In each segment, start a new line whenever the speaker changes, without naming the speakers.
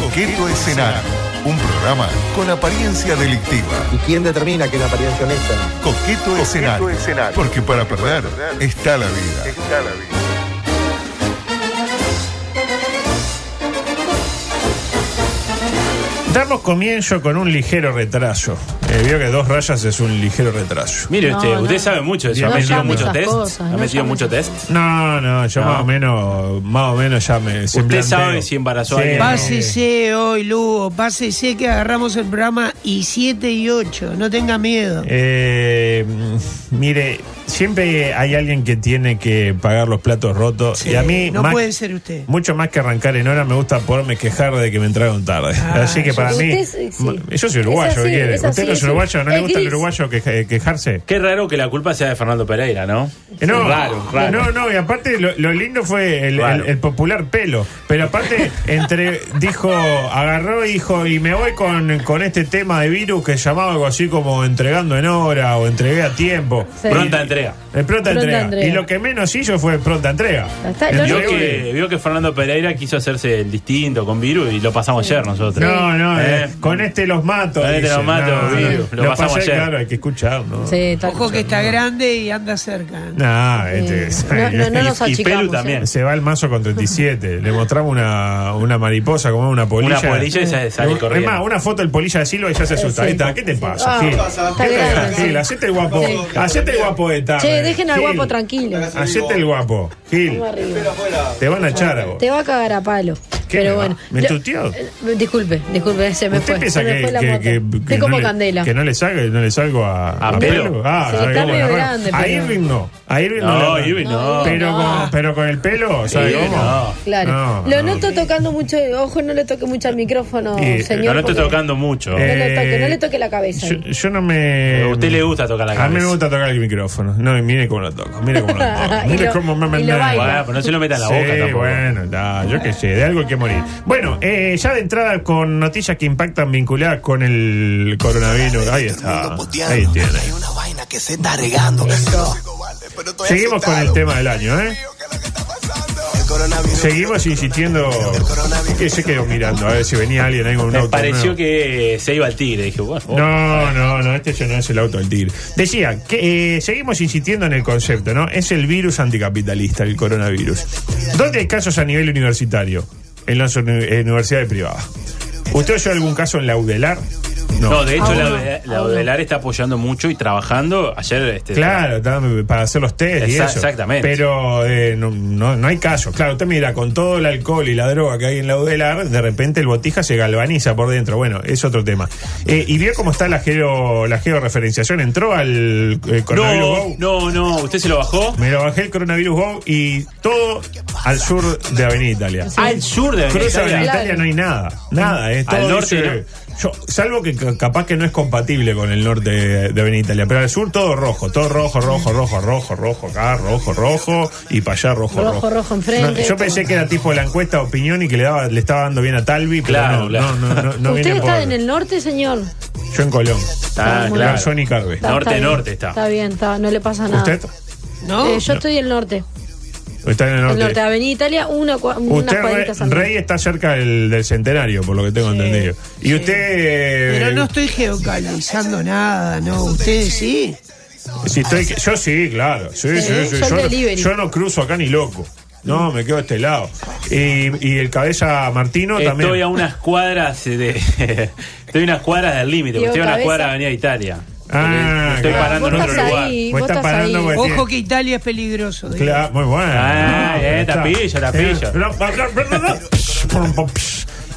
Coqueto Escenario, un programa con apariencia delictiva.
¿Y quién determina que es la apariencia honesta?
Coqueto Escenario,
Escenario.
porque para perder está la vida.
Está la vida.
Damos comienzo con un ligero retraso. Eh, vio que dos rayas es un ligero retraso.
Mire,
No,
usted,
no.
usted sabe mucho de eso.
No
¿Ha metido
llame
mucho
esas
test?
cosas,
¿Ha
no
metido
llame
mucho
esas
test?
No, no, yo
No.
más o menos, más o menos ya me
Usted sabe si embarazó a alguien.
Ah,
Pásese hoy, Lugo, pásese que agarramos el programa y 7 y 8, no tenga miedo.
Eh, mm, mire, siempre hay alguien que tiene que pagar los platos rotos.
Sí,
y a mí,
no
más-
puede ser usted.
mucho más que arrancar en hora, me gusta poderme quejar de que me entraron tarde.
Ah,
así que para mí,
usted es- sí.
ma- yo soy uruguayo,
Es así,
¿qué quiere?
es así,
¿Usted no es
es un-
uruguayo? ¿No le
es
gusta el
gris.
uruguayo que- eh, quejarse?
Qué raro que la culpa sea de Fernando Pereira, ¿no?
Eh, No,
raro, raro.
no, no, y aparte lo, lo lindo fue el,
Raro.
el- el popular pelo. Pero aparte, entre dijo, agarró y dijo, y me voy con, con este tema de virus que llamaba algo así como entregando en hora o entregué a tiempo.
Sí.
Pronta entrega.
Eh, pronta,
Pronta
entrega.
entrega.
Y lo que menos hizo fue pronta entrega.
Está- yo
Vio
Entregó
que, vio que Fernando Pereira quiso hacerse el distinto con virus y lo pasamos ayer
y-
nosotros.
No, no, eh,
Eh,
con este los mato.
Con este
dice.
los mato,
No, no,
virus.
Lo,
Lo
pasé,
pasamos ayer.
claro, hay que escuchar, ¿no?
Sí, tal-
Ojo que está grande y anda cerca.
Nah, este,
Sí. Eh, No, no, no nos
y
achicamos.
Pelu también.
Se va el mazo con 37. Le mostramos una, una mariposa como una polilla.
Una polilla y se sale
Es
corriendo.
más, una foto del polilla de Silva y ya se asusta.
Sí.
Ahí está, ¿qué te pasa,
Ah,
Gil?
está
¿Qué te-
grave,
Gil,
sí.
hacete el guapo.
Sí.
Hacete el guapo de tarde.
eh. Che, dejen al
Gil,
guapo tranquilo.
Hacete el guapo. Gil,
Vamos arriba.
te van a echar a vos.
Te va a cagar a palo.
¿Qué me
Pero
va?
bueno.
¿Me
Yo-
tuteó?
eh, Disculpe, disculpe, se me
¿Usted
fue.
piensa
Se me
que,
fue la
que-
moto.
que- que
Estoy como
no le-
candela.
que no le salgo, no le salgo a,
¿A Pelu?
Ah,
Sí,
¿sabe
está
cómo?
medio
No,
grande,
A
pero-
Irving no. A Irving no.
No,
le dan.
Irving no.
Pero, con, pero con el pelo, ¿sabe
Irving
cómo?
no.
Claro.
No,
lo
no. eh,
noto tocando mucho. Ojo, no le toque mucho al micrófono,
Sí,
señor.
No lo estoy
porque-
tocando mucho.
Eh,
A
le toque, no le toque la cabeza.
Yo, eh, yo no me.
A usted le gusta tocar la
A mí me
cabeza.
gusta tocar el micrófono. No, y mire cómo lo toco. Mire cómo lo toco. Mire
Y lo-
cómo me
y
mandan.
lo baila.
Bueno, pero no se lo meta en la
Sí,
boca tampoco.
bueno, da, yo qué sé, de algo hay que morir. Bueno, eh, ya de entrada con noticias que impactan vinculadas con el coronavirus. Ahí está. Ah, Ahí tiene.
una vaina que se está regando.
Seguimos con el tema del año, ¿eh? Seguimos insistiendo. Que se quedó mirando a ver si venía alguien ahí con un
Me
auto nuevo.
pareció que se iba al tigre. Dije, bueno, oh,
No, no, no, este ya no es el auto del tigre. Decía, que eh, seguimos insistiendo en el concepto, ¿no? Es el virus anticapitalista, el coronavirus. ¿Dónde hay casos a nivel universitario? En las uni- eh, universidades privadas. ¿Usted oyó algún caso en la UDELAR?
No, de
Ah,
hecho,
Aún
la,
no,
Ode- la
aún no.
Odelar está apoyando mucho y trabajando. Ayer, este,
Claro, tam- para hacer los test y
Exa-
eso.
exactamente.
Pero eh, no, no- no hay casos. Claro, usted mira, con todo el alcohol y la droga que hay en la UDELAR, de repente el botija se galvaniza por dentro. Bueno, es otro tema. Eh, y vio cómo está la, geo, la georreferenciación. Entró al eh, coronavirus Go.
No, no, no. ¿Usted se lo bajó?
Me lo bajé el coronavirus Go y todo al sur de Avenida Italia.
Al sur de
Cruza Avenida
Venezuela.
Claro.
Italia no hay nada, nada, es todo
Al norte,
dice- yo- salvo que ca- capaz que no es compatible con el norte de, de Avenida Italia, pero al sur todo rojo, todo rojo, rojo, rojo, rojo, rojo, acá rojo, rojo y para allá rojo, rojo.
Rojo, rojo enfrente,
No, yo pensé
todo.
que era tipo la encuesta opinión y que le daba le estaba dando bien a Talvi, pero
Claro,
no,
claro.
no, no, no, no
¿Usted
viene por
está en el norte, señor?
Yo en Colón.
Ah,
Con
claro.
Garzón y Carve.
Está-
Norte,
está bien.
norte está.
Está bien, está, no le pasa nada.
¿Usted?
¿No?
Eh, yo estoy en el norte.
Está en el
El
norte.
norte, Avenida Italia, una, cua- unas
Usted, Re-
cuadritas antes.
Rey, está cerca del, del centenario, por lo que tengo entendido. Y usted. eh,
Pero no estoy geocalizando nada, ¿no? Ustedes sí.
Si estoy, yo sí, claro. Sí, sí,
Sí,
sí.
son
Yo, no,
delivery.
yo no cruzo acá ni loco. No, me quedo a este lado. Y, y el cabeza Martino
Estoy
también.
a unas cuadras de. estoy a unas cuadras del límite.
Digo,
Estoy a unas
cabeza.
cuadras de Avenida Italia.
Ah,
Estoy
claro.
parando en
Vos
otro
estás
lugar.
ahí,
Vos
vos
estás
estás
parando
ahí.
porque tiene-
Ojo que Italia es peligroso. ¿eh? digo.
Claro, muy bueno.
Ah,
No,
eh,
está.
tapillo, tapillo.
Eh, no, no, no, no, no.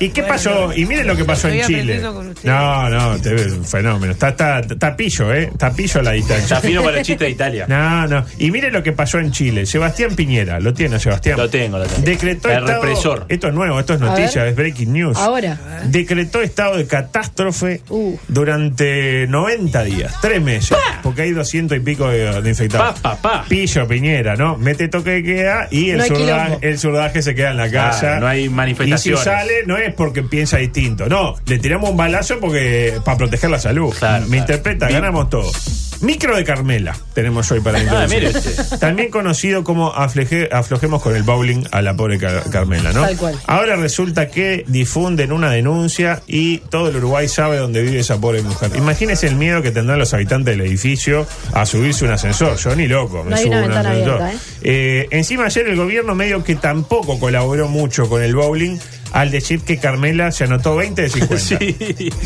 ¿Y qué pasó? Y miren lo que pasó en
Estoy
Chile.
aprendiendo con ustedes.
No, no, te un fenómeno. Está, está, tapillo, ¿eh? Tapillo a la distancia.
Está fino para el chiste de Italia.
No, no. Y mire lo que pasó en Chile. Sebastián Piñera, lo tiene Sebastián.
Lo tengo, lo tengo.
Decretó
El
estado-
represor.
Esto es nuevo, esto es noticia,
ver.
es breaking news.
Ahora.
Decretó estado de catástrofe
Uh.
durante 90 días, tres meses, porque hay 200 y pico de, de infectados.
Pa, pa, pa.
Pillo Piñera, ¿no? Mete toque de queda y el,
No hay
surda-
quilombo.
el surdaje se queda en la
Claro,
casa.
no hay manifestaciones.
Y si sale, no es porque piensa distinto. No, le tiramos un balazo porque para proteger la salud.
Claro,
Me
claro.
interpreta,
Vi-
ganamos todo. Micro de Carmela tenemos hoy para
Ah, mire
introducir.
usted.
También conocido como afleje- aflojemos con el bowling a la pobre Car- Carmela, ¿no?
Tal cual.
Ahora resulta que difunden una denuncia y todo el Uruguay sabe dónde vive esa pobre mujer. Imagínese el miedo que tendrán los habitantes del edificio a subirse un ascensor. Yo ni loco, me
No hay
subo
una
a un
ventana
ascensor.
abierta,
Eh, encima ayer el gobierno medio que tampoco colaboró mucho con el bowling al decir que Carmela se anotó 20 de 50.
Sí.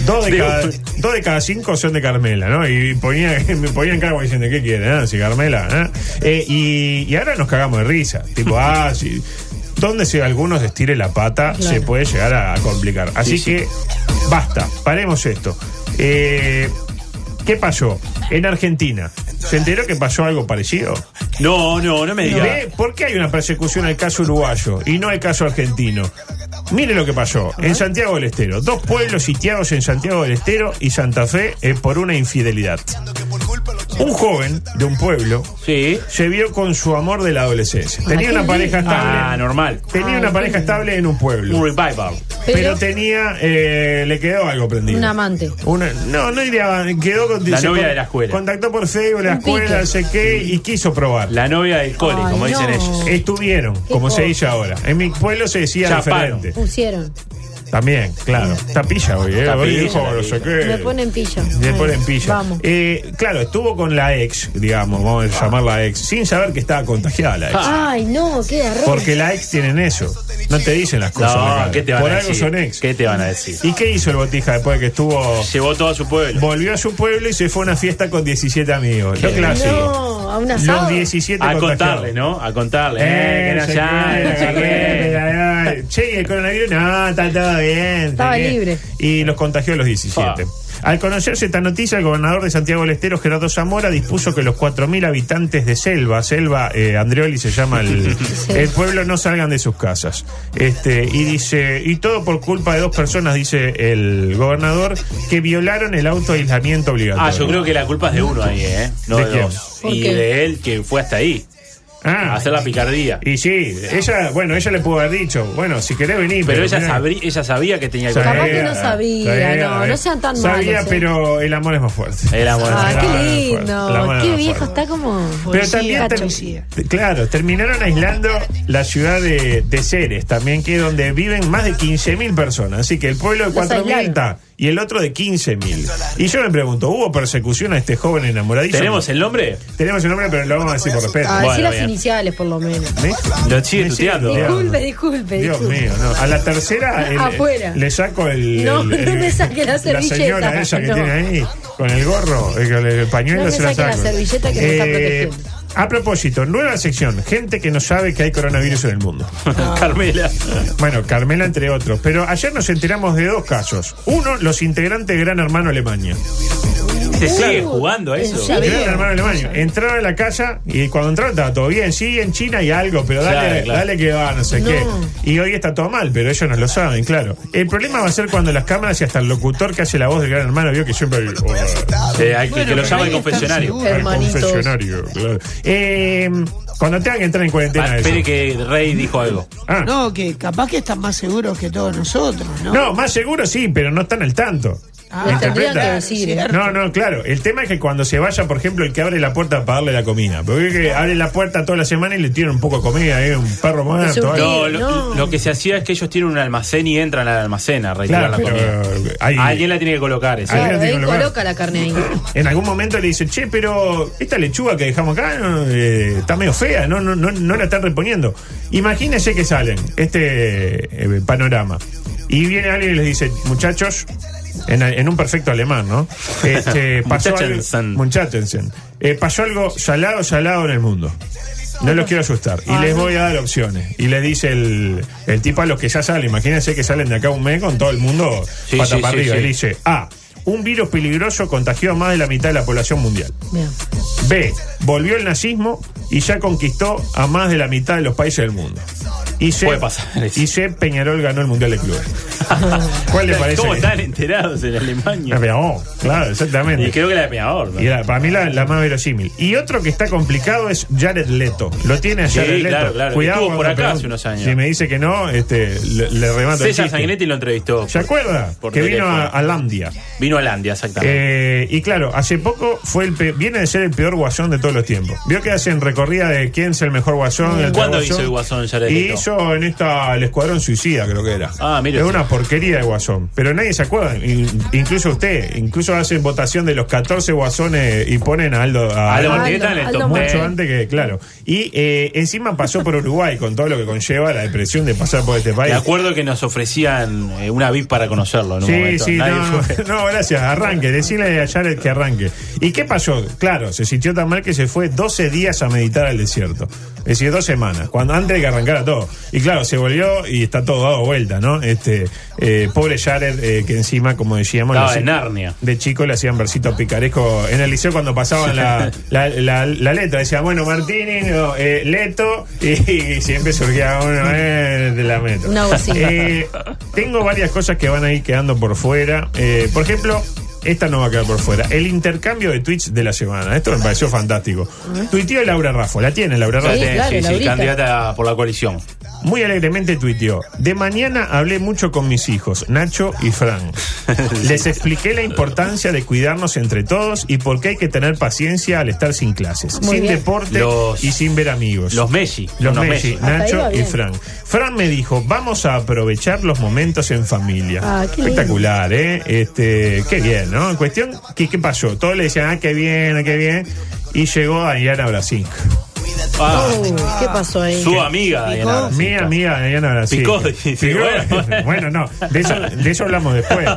Dos de,
Digo,
cada, dos de cada cinco son de Carmela, ¿no? Y ponía, me ponían cara como diciendo, ¿qué quieren? ah? Si Carmela, ¿eh? Eh, y, y ahora nos cagamos de risa. Tipo, ah, sí. Donde si algunos estire la pata, se puede llegar a, a complicar. Así
Sí, sí.
que, basta, paremos esto. Eh, ¿Qué pasó? En Argentina, ¿se enteró que pasó algo parecido?
No, no, no me diga.
Ve, ¿Por qué hay una persecución al caso uruguayo y no al caso argentino? Mire lo que pasó en Santiago del Estero. Dos pueblos sitiados en Santiago del Estero y Santa Fe eh, por una infidelidad. Un joven de un pueblo
Sí.
se vio con su amor de la adolescencia. Tenía una pareja estable.
Ah, normal.
Tenía una pareja estable en un
Un
pueblo.
revival.
Pero tenía, eh, le quedó algo prendido.
Un amante.
Una- no, no diría, quedó con
La
se
novia
con-
de la escuela.
Contactó por Facebook la
Un pique.
escuela, no sé qué, y quiso probar.
La novia del cole,
Ay,
como dicen
no.
ellos.
Estuvieron, como se dice ahora. En mi pueblo se decía
Chaparon.
diferente.
Pusieron.
También, claro. Tapilla hoy, ¿eh? hoy
Tapilla,
dijo,
tapilla.
no sé qué.
Me ponen
Le
pillo. Ay,
Eh, ponen pilla.
Vamos.
Eh, claro, estuvo con la ex, digamos, vamos a llamarla ex, sin saber que estaba contagiada la ex.
Ah.
Ay, no, qué error.
Porque la ex tienen eso. No te dicen las cosas.
No,
legales.
¿qué te van
Por
a
algo
decir?
son ex.
¿Qué te van a decir?
¿Y qué hizo el botija después de que estuvo?
Llevó todo a su pueblo.
Volvió a su pueblo y se fue a una fiesta con 17 amigos. Lo
Qué
clásico.
No, a un
Los
asado.
17
A
contagiados.
contarle, ¿no? A contarle. Eh, que
Eh,
era
se
allá,
quiere,
no sé
agarré,
qué.
ay, ay. Che, ¿y el coronavirus, no, está todo bien. está
Estaba
bien.
libre.
Y los contagió a los 17.
Fa.
Al conocerse esta noticia, el gobernador de Santiago del Estero, Gerardo Zamora, dispuso que los 4.000 habitantes de Selva, Selva eh, Andreoli se llama el, el pueblo, no salgan de sus casas. Este, y dice, y todo por culpa de dos personas, dice el gobernador, que violaron el autoaislamiento obligatorio.
Ah, yo creo que la culpa es de uno ahí, ¿eh? No
¿De
de,
quién?
dos.
¿Por
Y
qué?
de él que fue hasta ahí.
Ah,
A hacer la picardía.
Y sí, ella, bueno, ella le pudo haber dicho, bueno, si querés venir.
Pero ella,
mirá,
sabrí- ella sabía que tenía el
Sabía,
Capaz que no sabía, no, no sean tan
Sabía,
malos, eh.
pero el amor es más fuerte.
El amor es más
Ah,
fuerte.
El amor es más
qué
fuerte. El amor
lindo.
es
Qué
más
viejo,
fuerte.
está como.
Pero
Poesía,
también, ter-
poesía.
t- claro, terminaron aislando la ciudad de, de Ceres, también que es donde viven más de 15.000 personas. Así que el pueblo de
Los
4.000
aislaron.
está y el otro de 15.000. Y yo me pregunto, ¿hubo persecución a este joven enamoradizo?
¿Tenemos el nombre?
Tenemos el nombre, pero lo vamos a decir por respeto.
Ah,
Bueno,
decí las
bien.
iniciales, por lo menos.
¿Me?
Lo sigue
Me
tuteando.
tuteando.
Disculpe, disculpe.
Dios
disculpe.
mío, no. A la tercera el-
Afuera.
le saco el.
No,
el- el-
no me saque la servilleta,
señora esa que
no.
tiene ahí, con el gorro, eh, con el pañuelo
No me
se la
saque
saco. Eh,
la servilleta que me está protegiendo.
A propósito, nueva sección, gente que no sabe que hay coronavirus en el mundo.
Carmela.
Bueno, Carmela entre otros, pero ayer nos enteramos de dos casos. Uno, los integrantes de Gran Hermano Alemania.
¿Se sigue
Uh,
jugando a
¿en
eso?
serio?
Gran Hermano Alemania. Entraron a la casa y cuando entraron estaba todo bien, sí, en China hay algo, pero dale,
Claro, claro.
dale que va, no sé
No.
qué. Y hoy está todo mal, pero ellos no lo saben, claro. El problema va a ser cuando las cámaras y hasta el locutor que hace la voz del Gran Hermano vio que siempre...
Eh, hay que, que lo llama el
pero ahí están
confesionario.
seguros.
Al
Hermanitos.
confesionario, claro. Eh, cuando tengan que entrar en cuarentena.
Ah,
eso.
espere que Rey dijo algo.
Ah. No.
No, que capaz que están más seguros que todos nosotros, ¿no?
más seguro sí, pero no están al tanto.
Ah,
Les tendrían que
interpreta.
decir.
Cierto.
No, no, claro. El tema es que cuando se vaya, por ejemplo, el que abre la puerta para darle la comida. Porque es que abre la puerta toda la semana y le tiran un poco de comida, ¿eh? un perro muerto.
un
algo.
tigre.
No, lo,
no.
lo que se hacía es que ellos tienen un almacén y entran al almacén a retirar
Claro,
la comida.
pero, eh, hay-
Alguien la tiene que colocar esa.
Ahí
Claro,
la tengo
él
en lugar.
coloca la carne ahí.
En algún momento le dice, che, pero esta lechuga que dejamos acá no, eh, está medio fea, no, no, no, no la están reponiendo. Imagínense que salen este eh, panorama y viene alguien y les dice, muchachos, en, en un perfecto alemán, ¿no? Este, pasó, algo,
Muchachensen.
Muchachensen. Eh, pasó algo salado, salado en el mundo. No los quiero asustar. Y les voy a dar opciones. Y le dice el, el tipo a los que ya salen, imagínense que salen de acá un mes con todo el mundo
Sí,
pata
sí,
para
sí,
arriba.
sí.
Y le dice, A, un virus peligroso contagió a más de la mitad de la población mundial.
Bien.
B, volvió el nazismo y ya conquistó a más de la mitad de los países del mundo. Y C,
Puede pasar eso.
y C, Peñarol ganó el Mundial de Clubes. ¿Cuál le parece?
¿Cómo
que-
están enterados en
La
Alemania?
Peñarol, Ah, oh, claro, exactamente.
Y creo que la de Peñador. ¿no?
Y la- para mí la, la más verosímil. Y otro que está complicado es Jared Leto. Lo tiene a
Sí,
Jared Leto.
claro, claro.
Cuidado
Estuvo por
cuando
acá
pregun-
hace unos años.
Si me dice que no, este, le, le remato el
César
chiste.
Sanguinetti lo entrevistó.
¿Se acuerda?
Por
que vino
teléfono.
a, a Landia.
Vino Holandia, exactamente.
Eh, y claro, hace poco fue el pe- viene de ser el peor guasón de todos los tiempos. Vio que hacen recorrida de quién es el mejor guasón. el
¿Cuándo
peor
hizo el guasón Jared
Y
Leto?
hizo en esta el escuadrón suicida, creo que era.
Ah, mire
Es
usted.
una porquería de guasón. Pero nadie se acuerda, in- incluso usted. Incluso hacen votación de los 14 guasones y ponen a Aldo. a-
Aldo
Aldo-
Martínez está en el
Aldo
top
Martínez.
mucho
10.
antes que, claro. Y eh, encima pasó por Uruguay con todo lo que conlleva la depresión de pasar por este
De
país.
acuerdo que nos ofrecían eh, una VIP para conocerlo en un
Sí,
momento.
sí,
Nadie
no,
fue.
no, no, gracias. Arranque, decirle a Jared que arranque. ¿Y qué pasó? Claro, se sintió tan mal que se fue 12 días a meditar al desierto. Es decir, dos semanas, cuando antes de que arrancara todo. Y claro, se volvió y está todo dado vuelta, ¿no? Este eh, pobre Jared, eh, que encima, como decíamos,
Estaba
lo
en
hacía-
Narnia.
de chico le hacían versitos picarescos en el liceo cuando pasaban la, la, la- la letra. Decían, bueno, Martini, no, eh, Leto, y, y siempre surgía uno eh, de la meta.
No, sí.
Eh, tengo varias cosas que van a ir quedando por fuera. Eh, por ejemplo. Esta no va a quedar por fuera. El intercambio de tweets de la semana. Esto me pareció fantástico. Tuiteó Laura Raffo. ¿La tiene Laura Raffo?
Sí, claro,
sí, sí,
Laurita.
candidata por la coalición.
Muy alegremente tuiteó. De mañana hablé mucho con mis hijos, Nacho y Fran. Les expliqué la importancia de cuidarnos entre todos y por qué hay que tener paciencia al estar sin clases,
Muy
sin
bien.
deporte
Los-
y sin ver amigos.
Los Messi.
Los
unos
Messi, Ah.
Hasta ahí
Nacho
va
y
bien.
Fran. Fran me dijo, vamos a aprovechar los momentos en familia.
Ah, qué lindo.
Espectacular, ¿eh? Este, qué bien, ¿no? En cuestión, ¿qué, qué pasó? Todos le decían, ah, qué bien, ah, qué bien. Y llegó Diana Brasil.
Ah,
Uy, Oh, ¿Qué pasó ahí?
su amiga, Diana Brasil.
Mi amiga Diana Brasil.
Picó, dice,
bueno,
bueno.
no, de eso, de eso hablamos después.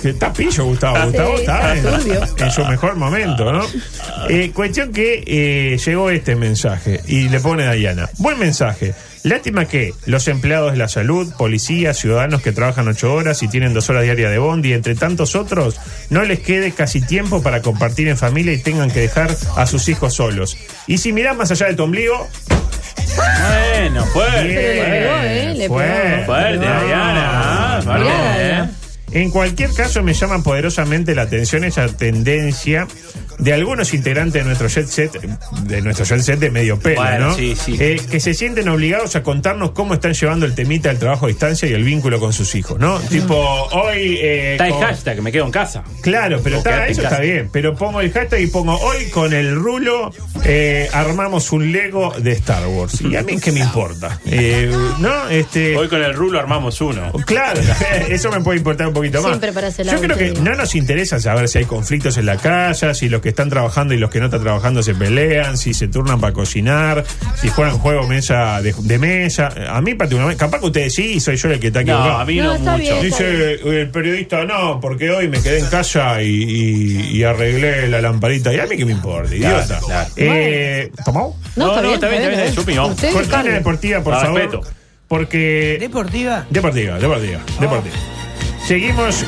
Que Está pillo Gustavo, Gustavo está,
está turbio.
en, en su mejor momento, ¿no? Eh, cuestión que eh, llegó este mensaje y le pone Diana. Buen mensaje. Lástima que los empleados de la salud, policías, ciudadanos que trabajan ocho horas y tienen dos horas diarias de bondi, entre tantos otros, no les quede casi tiempo para compartir en familia y tengan que dejar a sus hijos solos. Y si mirás más allá de tu ombligo,
Bueno,
Bien.
Pero le
fuerte.
pegó, ¿eh? Le pegó.
Fuerte.
Fuerte,
Ah.
Diana. ah, fuerte,
Mirá,
¿eh?
En cualquier caso, me llama poderosamente la atención esa tendencia de algunos integrantes de nuestro jet set, de nuestro jet set de medio pelo,
Bueno,
¿no?
sí, sí.
Eh, que se sienten obligados a contarnos cómo están llevando el temita del trabajo a distancia y el vínculo con sus hijos, ¿no? Tipo, hoy. eh,
Está el
con-
hashtag, me quedo en casa.
Claro, pero
O
está,
quedate en
eso
casa.
está bien. Pero pongo el hashtag y pongo hoy con el rulo eh, armamos un Lego de Star Wars. ¿Y a mí qué me importa? Eh, ¿No? Este,
Hoy con el rulo armamos uno.
Claro, eso me puede importar un poquito más.
Siempre parece la
Yo creo que
última.
no nos interesa saber si hay conflictos en la casa, si los que están trabajando y los que no están trabajando se pelean, si se turnan para cocinar, si juegan juego mesa de, de mesa. A mí particularmente, capaz que ustedes sí, soy yo el que está aquí.
No, a mí
No,
no,
está
mucho.
bien.
Dice el periodista, no, porque hoy me quedé en casa y, y- y arreglé la lamparita. Y a mí que me importa, idiota.
claro.
Eh, ¿tomó?
No, está bien, está bien,
está bien,
¿eh?
su opinión.
Ustedes
Cortina
cambien.
deportiva, por
Ah,
favor.
respeto.
Porque
Deportiva.
Deportiva, deportiva,
Ah.
deportiva. Seguimos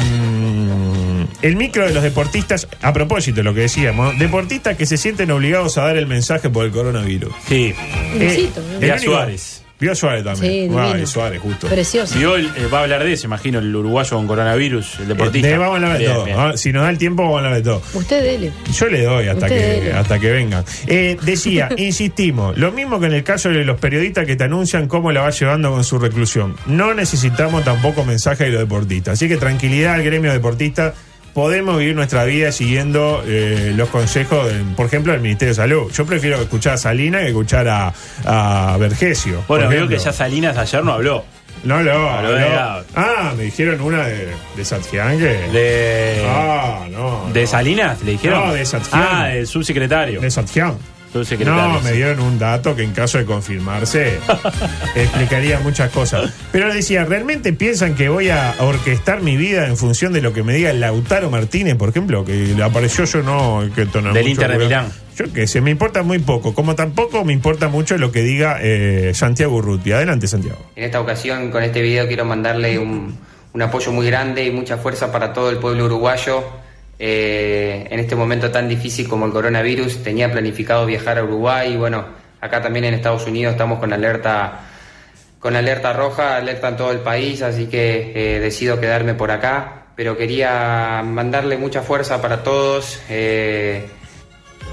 con el micro de los deportistas. A propósito, de lo que decíamos, deportistas que se sienten obligados a dar el mensaje por el coronavirus.
Sí.
Luisito,
Eh,
¿no?
el
Vio a
único-
Suárez.
Vio a Suárez
Sí,
también.
divino.
Ay, Suárez, justo.
Precioso.
Vio el- eh, va a hablar de eso, imagino, el uruguayo con coronavirus, el deportista.
Eh, de- vamos a hablar de
Bien,
todo.
bien.
Ah, Si nos da el tiempo, vamos a hablar de todo.
Usted dele.
Yo le doy hasta
Usted
que
dele.
hasta que vengan. Eh, decía, insistimos, lo mismo que en el caso de los periodistas que te anuncian cómo la va llevando con su reclusión. No necesitamos tampoco mensaje de los deportistas. Así que tranquilidad al gremio deportista. Podemos vivir nuestra vida siguiendo eh, los consejos, del- por ejemplo, del Ministerio de Salud. Yo prefiero escuchar a Salina que escuchar a, a Vergesio. por
Bueno, veo
ejemplo.
que ya Salinas ayer no habló.
No, no,
Habló
no.
de la-
Ah, me dijeron una de, de Santián que...
De,
Ah, no.
de
no.
Salinas, le dijeron.
No, de Satfián.
Ah, del subsecretario.
De Santián.
subsecretario.
No, me dieron un dato que en caso de confirmarse explicaría muchas cosas. Pero decía, ¿realmente piensan que voy a orquestar mi vida en función de lo que me diga Lautaro Martínez, por ejemplo? Que le apareció yo no... Que to- no
Del
mucho
Inter de
culo.
Milán.
Yo qué sé, me importa muy poco. Como tampoco me importa mucho lo que diga eh, Santiago Urruti. Adelante, Santiago.
En esta ocasión, con este video, quiero mandarle un, un apoyo muy grande y mucha fuerza para todo el pueblo uruguayo. Eh, en este momento tan difícil como el coronavirus, tenía planificado viajar a Uruguay y bueno, acá también en Estados Unidos estamos con alerta, con alerta roja, alerta en todo el país, así que eh, decido quedarme por acá. Pero quería mandarle mucha fuerza para todos. eh,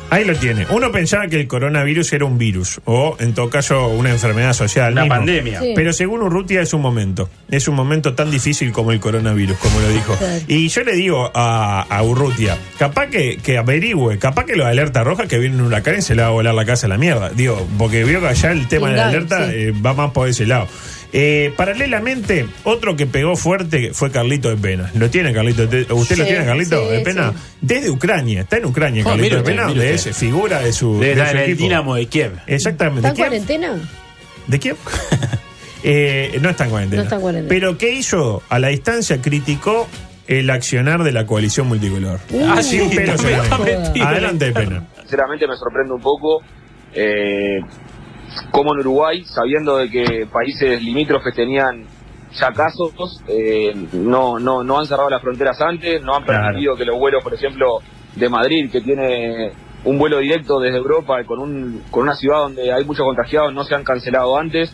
Ahí lo tiene. Uno pensaba que el coronavirus era un virus o, en todo caso, una enfermedad social.
Una
mismo.
pandemia.
Sí.
Pero según Urrutia es un momento. Es un momento tan difícil como el coronavirus, como lo dijo.
Claro.
Y yo le digo a, a Urrutia, capaz que, que averigüe, capaz que los alerta roja que viene un huracán y se le va a volar la casa a la mierda. Digo, porque vio que allá el tema de la
Claro,
alerta
sí.
eh, va más por ese lado. Eh, paralelamente, otro que pegó fuerte fue Carlito de Pena. ¿Lo tiene Carlito? de- ¿Usted lo
Sí,
tiene Carlito
sí,
de Pena?
sí.
Desde Ucrania, está en Ucrania
Oh,
Carlito
mire
de
usted,
Pena,
mire
de
usted.
ese, figura de su,
De,
de Eh,
la-
su
en el
equipo.
Dinamo de Kiev.
Exactamente.
¿Está en
¿De quién?
cuarentena?
¿De quién? Eh, no está en cuarentena.
No está en cuarentena.
Pero ¿qué hizo? A la distancia criticó el accionar de la coalición multicolor.
Uh,
Ah, sí,
Sin pelos
está-
en la
está
lengua.
metido.
Adelante, pena.
sinceramente me sorprende un poco eh, cómo en Uruguay, sabiendo de que países limítrofes tenían ya casos, eh, no, no, no han cerrado las fronteras antes, no han
Claro.
permitido que los vuelos, por ejemplo, de Madrid, que tiene un vuelo directo desde Europa con, un, con una ciudad donde hay muchos contagiados, no se han cancelado antes.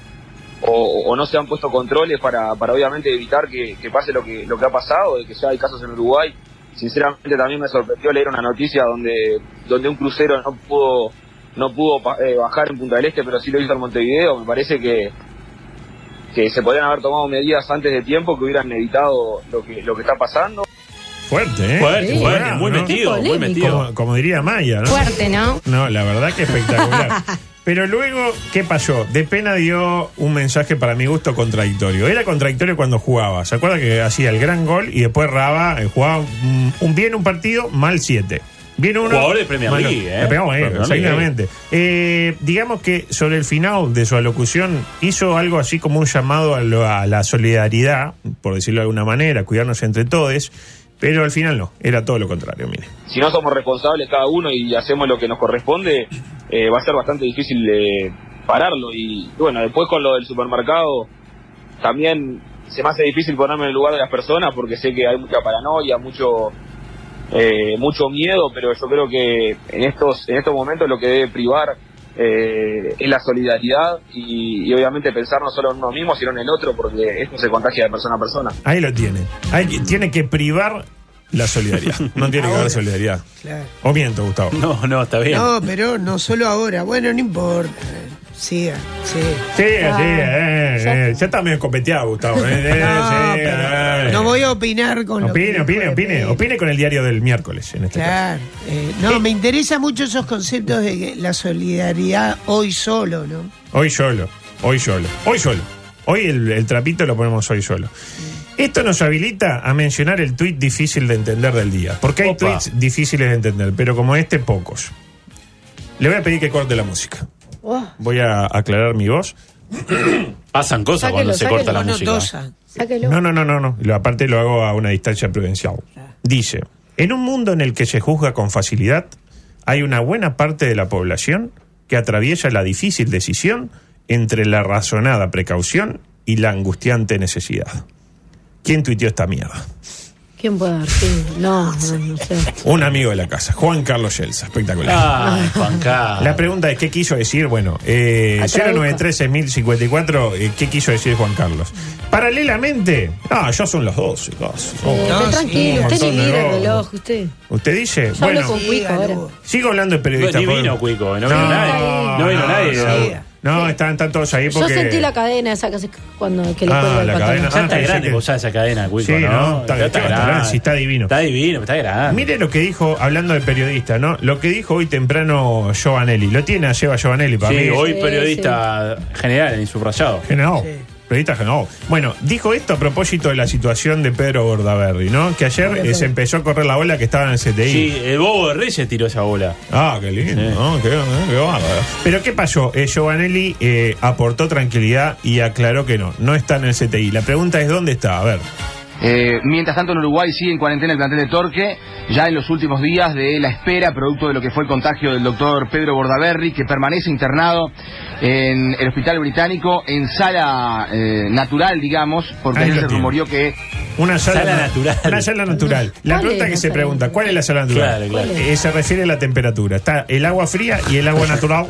O, o no se han puesto controles para, para obviamente evitar que, que pase lo que, lo que ha pasado, de que ya hay casos en Uruguay sinceramente también me sorprendió leer una noticia donde donde un crucero no pudo no pudo pa- eh, bajar en Punta del Este pero sí lo hizo en Montevideo me parece que que se podrían haber tomado medidas antes de tiempo que hubieran evitado lo que lo que está pasando
Fuerte, ¿eh?
Fuerte,
Sí.
fuerte,
Bravo,
muy
¿no?
metido, muy
Polémico.
metido.
Como, como diría Maya, ¿no?
Fuerte, ¿no?
No, la verdad que espectacular. Pero luego, ¿qué pasó? De pena dio un mensaje para mi gusto contradictorio. Era contradictorio cuando jugaba. ¿Se acuerda que hacía el gran gol y después Raba eh, jugaba mm, un, bien un partido, mal siete? Bien uno.
Jugador de Premier
malo.
League, ¿eh?
Le pegamos ahí,
Premier League.
exactamente. Eh, digamos que sobre el final de su alocución hizo algo así como un llamado a, lo- a la solidaridad, por decirlo de alguna manera, cuidarnos entre todos. Pero al final no, era todo lo contrario, mire.
si no somos responsables cada uno y hacemos lo que nos corresponde eh, va a ser bastante difícil eh, pararlo y bueno después con lo del supermercado también se me hace difícil ponerme en el lugar de las personas porque sé que hay mucha paranoia, mucho eh, mucho miedo, pero yo creo que en estos en estos momentos lo que debe privar eh, es la solidaridad y, y obviamente pensar no solo en uno mismo, sino en el otro, porque esto se contagia de persona a persona.
Ahí lo tiene. Ahí tiene que privar la solidaridad. No tiene que haber solidaridad.
Claro.
O miento, Gustavo.
No, no, está bien.
No, pero no solo ahora. Bueno, no importa. Siga, sí.
Sí, sí, eh, eh, ya está medio copeteado, Gustavo. eh, eh,
No,
sí,
pero
eh.
no voy a opinar con lo
Opine,
que
opine,
dijo de
opine.
Pedro.
Opine con el diario del miércoles, en este caso.
Claro. eh, no, me interesa mucho esos conceptos de que la solidaridad hoy solo, ¿no?
Hoy solo, hoy solo, hoy solo. Hoy el, el trapito lo ponemos hoy solo.
Mm.
Esto nos habilita a mencionar el tuit difícil de entender del día. Porque hay
Opa.
tweets difíciles de entender, pero como este, pocos. Le voy a pedir que corte la música.
Oh,
Voy a aclarar mi voz.
Pasan cosas
Sáquelo,
cuando se
sáquelo,
corta la
Bueno,
música.
Tosa.
sáquelo.
No, no, no, no, no. Lo- aparte lo hago a una distancia prudencial. Dice, en un mundo en el que se juzga con facilidad, hay una buena parte de la población que atraviesa la difícil decisión entre la razonada precaución y la angustiante necesidad. ¿Quién tuiteó esta mierda?
¿Quién puede dar? Sí. No, no, no sé.
Un amigo de la casa, Juan Carlos Yelsa, espectacular.
Ay, Juan Carlos.
La pregunta es, ¿qué quiso decir? Bueno, eh,
Atraduzca.
093-6054, eh, ¿qué quiso decir Juan Carlos? Paralelamente, ah, ya son las 12, casi.
Eh,
Oh.
No,
pero
sí,
tranquilo, usted
montón
ni
de
mira el
logros.
reloj, usted.
¿Usted dice?
Yo hablo
Bueno,
con Cuico
Siga,
ahora.
Lugo.
sigo hablando de
No,
periodistas.
ni
por-
vino Cuico, no, vino nadie. No vino nadie.
no. No, están, están todos ahí porque...
Yo sentí la cadena esa que hace cuando que le
Ah,
cuelga el
la
pantalón.
cadena.
Ya
Ah,
está
pensé
grande
que-
pues ya esa cadena,
Sí,
Cuico,
¿no?
¿no?
Está-
Ya
está grande, sí, está divino.
Está divino, está grande.
Mire lo que dijo, hablando de periodista, ¿no? Lo que dijo hoy temprano Giovanelli. Lo tiene a Lleva Giovanelli para mí.
sí,
es-
hoy
Sí,
periodista general en subrayado.
Genau. Periodista Genau. Bueno, dijo esto a propósito de la situación de Pedro Bordaberry, ¿no? Que ayer eh, se empezó a correr la bola que estaba en el CTI.
Sí, el bobo de Reyes tiró esa bola.
Ah, qué lindo,
Sí.
¿no? qué, qué bárbaro. Pero ¿qué pasó? Eh, Giovanelli eh, aportó tranquilidad y aclaró que no, no está en el CTI. La pregunta es dónde está, a ver.
Eh, mientras tanto, en Uruguay sigue en cuarentena el plantel de Torque, ya en los últimos días de la espera, producto de lo que fue el contagio del doctor Pedro Bordaberry, que permanece internado en el hospital británico, en sala eh, natural, digamos, porque
Ahí
ayer
lo
se
tiene.
rumoreó que
Una sala,
Sala natural.
Una sala natural.
¿Cuál
La
es
pregunta
la
que se
sala
pregunta,
natural?
¿cuál es la sala natural?
Claro, claro.
Eh, se refiere a la temperatura. Está el agua fría y el agua natural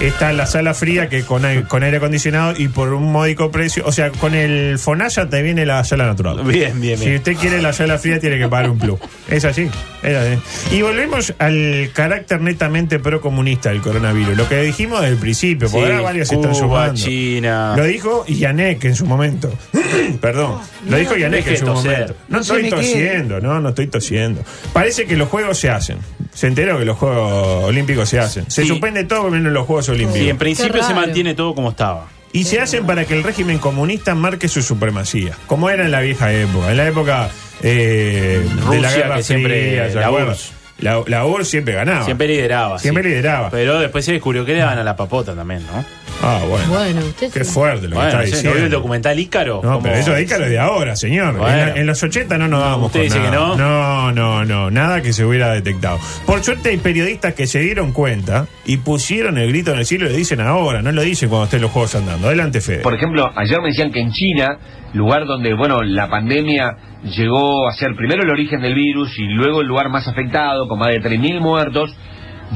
está la sala fría que con, aire- con aire acondicionado y por un módico precio. O sea, con el Fonaya te viene la sala natural.
Bien, bien, bien.
Si usted quiere la sala fría, tiene que pagar un plus. Es así, es así. Y volvemos al carácter netamente procomunista del coronavirus. Lo que dijimos desde el principio, porque
Sí,
ahora varios se
Cuba,
están sumando.
China.
Lo dijo Yanek en su momento. Perdón. Lo dijo Yanek
deje
en
de
su
toser.
momento. No
No se
estoy
me quede.
tosiendo, no, no estoy tosiendo. Parece que los juegos se hacen. Se enteró que los Juegos Olímpicos se hacen. Se
Sí.
suspende todo menos los Juegos
Y en
Olímpicos.
principio se
raro.
mantiene todo como estaba.
Y se hacen para que el régimen comunista marque su supremacía, como era en la vieja época. En la época eh, de la
Rusia,
Guerra
que siempre-
Fría, ¿se
la
acuerdan?
URSS.
La, la URSS siempre ganaba.
Siempre lideraba. sí.
Siempre lideraba.
Pero después se descubrió que le daban a la papota también, ¿no?
Ah, bueno.
Bueno, usted
Qué
sí.
fuerte lo que
Bueno,
está
no sé, ¿no
diciendo.
vio el documental Ícaro?
No,
Como-
pero eso de Ícaro es de ahora, señor.
Bueno.
En, la- en los 80 no nos dábamos
Usted
con
dice
nada.
que no.
No, no, no. Nada que se hubiera detectado. Por suerte hay periodistas que se dieron cuenta y pusieron el grito en el cielo y lo dicen ahora, no lo dicen cuando estén los juegos andando. Adelante, Fede.
Por ejemplo, ayer me decían que en China, lugar donde, bueno, la pandemia llegó a ser primero el origen del virus y luego el lugar más afectado, con más de 3.000 muertos,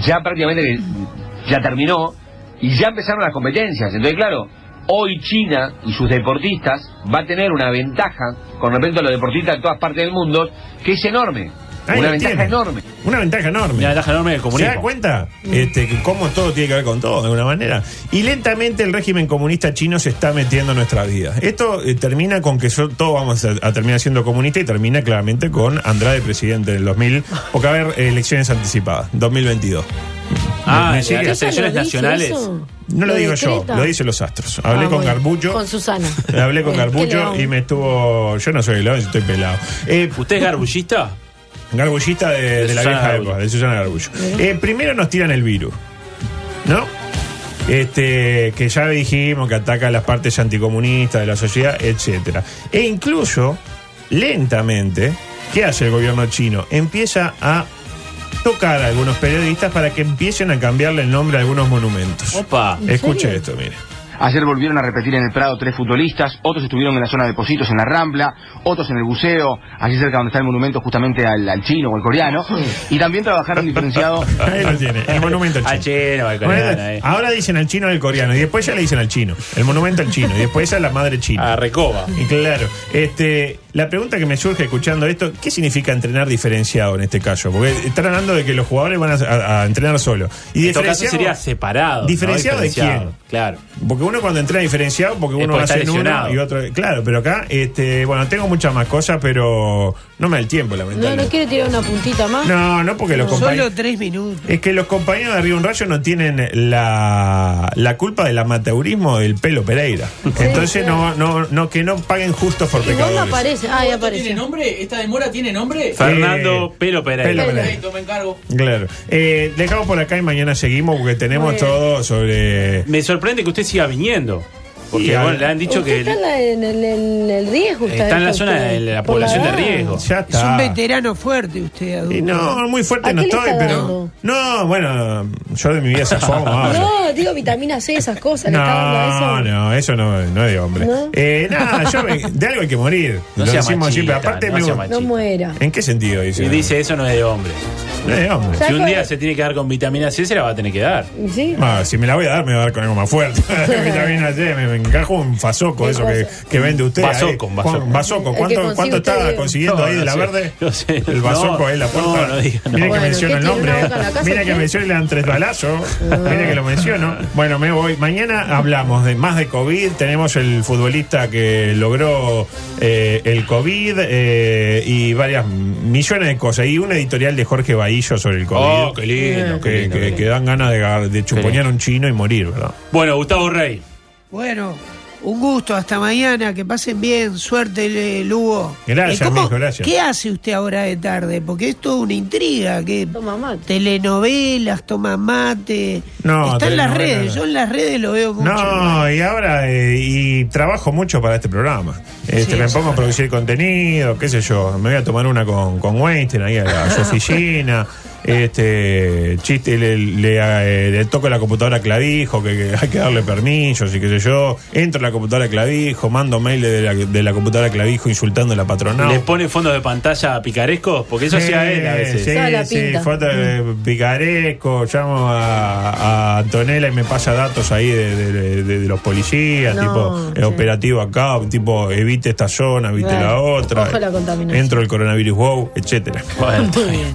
ya prácticamente que ya terminó y ya empezaron las competencias. Entonces, claro, hoy China y sus deportistas va a tener una ventaja con respecto a los deportistas de todas partes del mundo que es enorme.
Ahí
una
lo
ventaja
tienen.
enorme.
Una ventaja enorme.
Una ventaja enorme del
¿Se
comunismo.
da cuenta? Este, que cómo todo tiene que ver con todo, de alguna manera. Y lentamente el régimen comunista chino se está metiendo en nuestra vida. Esto eh, termina con que yo- todos vamos a, a terminar siendo comunistas y termina claramente con Andrade presidente en el 2000, porque va a haber eh, elecciones anticipadas, 2022.
Ah,
Me- me
de
sigue.
las
¿Ella
elecciones
lo dice
nacionales.
eso?
No lo, digo yo,
decreta?
lo dicen los astros. Hablé
Ah,
con
bueno,
Garbullo.
Con Susana.
Hablé con
Eh, qué
Garbullo
león.
y me estuvo. Yo no soy león, yo estoy pelado. Eh,
¿Usted es garbullista?
Garbullista de, de la
Susana
vieja
Garbullo.
época, de Susana Garbullo. Eh, primero nos tiran el virus, ¿no? Este, que ya dijimos que ataca las partes anticomunistas de la sociedad, etcétera. E incluso, lentamente, ¿qué hace el gobierno chino? Empieza a tocar a algunos periodistas para que empiecen a cambiarle el nombre a algunos monumentos.
Opa.
¿En
Escuche
serio?
esto, mire.
Ayer volvieron a repetir en el Prado tres futbolistas, otros estuvieron en la zona de Positos, en la Rambla, otros en el buceo, allí cerca donde está el monumento justamente al, al chino o al coreano, y también trabajaron diferenciado
Ahí lo tiene, el monumento al
Al
Ah, chino.
chino, al
Bueno,
coreano, eh.
ahora dicen al chino y al coreano, y después ya le dicen al chino, el monumento al chino, y después a la madre china.
A Recoba.
Y Claro, este, la pregunta que me surge escuchando esto, ¿qué significa entrenar diferenciado en este caso? Porque están hablando de que los jugadores van a, a- a entrenar solo. Y
En todo caso
diferenciado
sería separado. ¿no?
¿Diferenciado de
Diferenciado,
quién?
Claro.
Porque uno cuando entrena diferenciado, porque
Es
uno
porque
hace
está
en uno
lesionado.
y otro. Claro, pero acá, este, bueno, tengo muchas más cosas, pero no me da el tiempo,
No, no
lamentablemente.
quiere tirar una puntita más.
No, no, porque los compañeros.
Solo tres minutos.
Es que los compañeros de Río Un Rayo no tienen la, la culpa del amateurismo del pelo Pereira. Entonces, no, no, no, que no paguen justos por
Igual no
pecadores.
aparece. Ah, ya aparece.
nombre? ¿Esta demora tiene nombre?
Fernando
Eh,
Pelo Pereira.
Pelo Pereira.
me encargo.
Claro. Eh, dejamos por acá y mañana seguimos porque tenemos
Muy bien.
todo sobre.
Me sorprende que usted siga viniendo. Porque
Y
bueno,
al-
le han dicho
Usted
que
está en, la- en el, en el riesgo.
Está en la
usted,
zona de la
por
población de
edad.
riesgo.
Ya
Es
está.
un veterano fuerte usted, adulto.
Y no, muy fuerte
¿A
no
qué le
estoy,
está
pero.
dando?
No, bueno, yo de mi vida se forma.
No, digo vitamina C, esas cosas. ¿Le está dando
No,
eso?
no, eso no, no es de hombre.
¿No?
Eh, nada, yo me- de algo hay que morir.
No
Lo
sea
decimos
machista,
siempre. Aparte,
no
me-
sea machista.
No muera.
¿en qué sentido dice?
y dice eso no es de hombre.
No es de hombre.
Ya
Si un
con-
día se tiene que dar con vitamina C, se la va a tener que dar.
¿Sí?
Ah, si me la voy a dar, me voy a dar con algo más fuerte. Vitamina C, me, me encajo un fasoco, eso que, que vende usted. ahí.
Basoco, un basoco.
Juan, basoco.
El que
¿Cuánto,
consigue
cuánto
usted,
está
Diego.
consiguiendo
No,
ahí de
no
la
sé,
verde?
no sé.
El basoco
No,
ahí, la
no,
puerta.
no diga, no.
Mira
Bueno,
que menciono
¿qué
el
tiene
nombre.
una boca en la casa, Ah.
Mira que
usted?
menciono el tres balazos. Mira que lo menciono. Bueno, me voy. Mañana hablamos de más de COVID. Tenemos el futbolista que logró eh, el COVID eh, y varias millones de cosas. Y un editorial de Jorge Bahillo sobre el COVID.
Oh, qué lindo, qué
Que, que-
lindo, qué lindo.
que dan ganas de, agar- de chuponear un chino y morir, ¿verdad?
Bueno, Gustavo Rey.
Bueno, un gusto, hasta mañana, que pasen bien, suerte Le- Lugo.
Gracias,
Eh,
amigo, gracias.
¿Qué hace usted ahora de tarde? Porque es toda una intriga, que
Toma mate.
telenovelas, toma mate.
No,
Está en las
telenovela
redes,
no.
yo en las redes lo veo mucho.
No, y ahora eh, y trabajo mucho para este programa. Este,
Sí,
me
eso
pongo a
es
producir contenido, qué sé yo. Me voy a tomar una con, con Weinstein ahí a, la- a su oficina. Este, chiste, le, le, eh, le toco la computadora a Clavijo, que, que hay que darle permisos y qué sé yo. Entro a la computadora a Clavijo, mando mail de la, de la computadora a Clavijo insultando a la patronal.
Les pone fondos de pantalla picarescos, porque eso hacía él a veces.
Eh, Sí,
Toda la
sí,
pinta.
foto de picaresco, llamo a, a Antonella y me pasa datos ahí de, de- de- de- de los policías,
No,
tipo eh,
sí.
operativo acá, tipo evite esta zona, evite
Claro.
la otra.
Ojo a la contaminación.
Entro el coronavirus wow, etcétera.
Bueno.
Muy bien.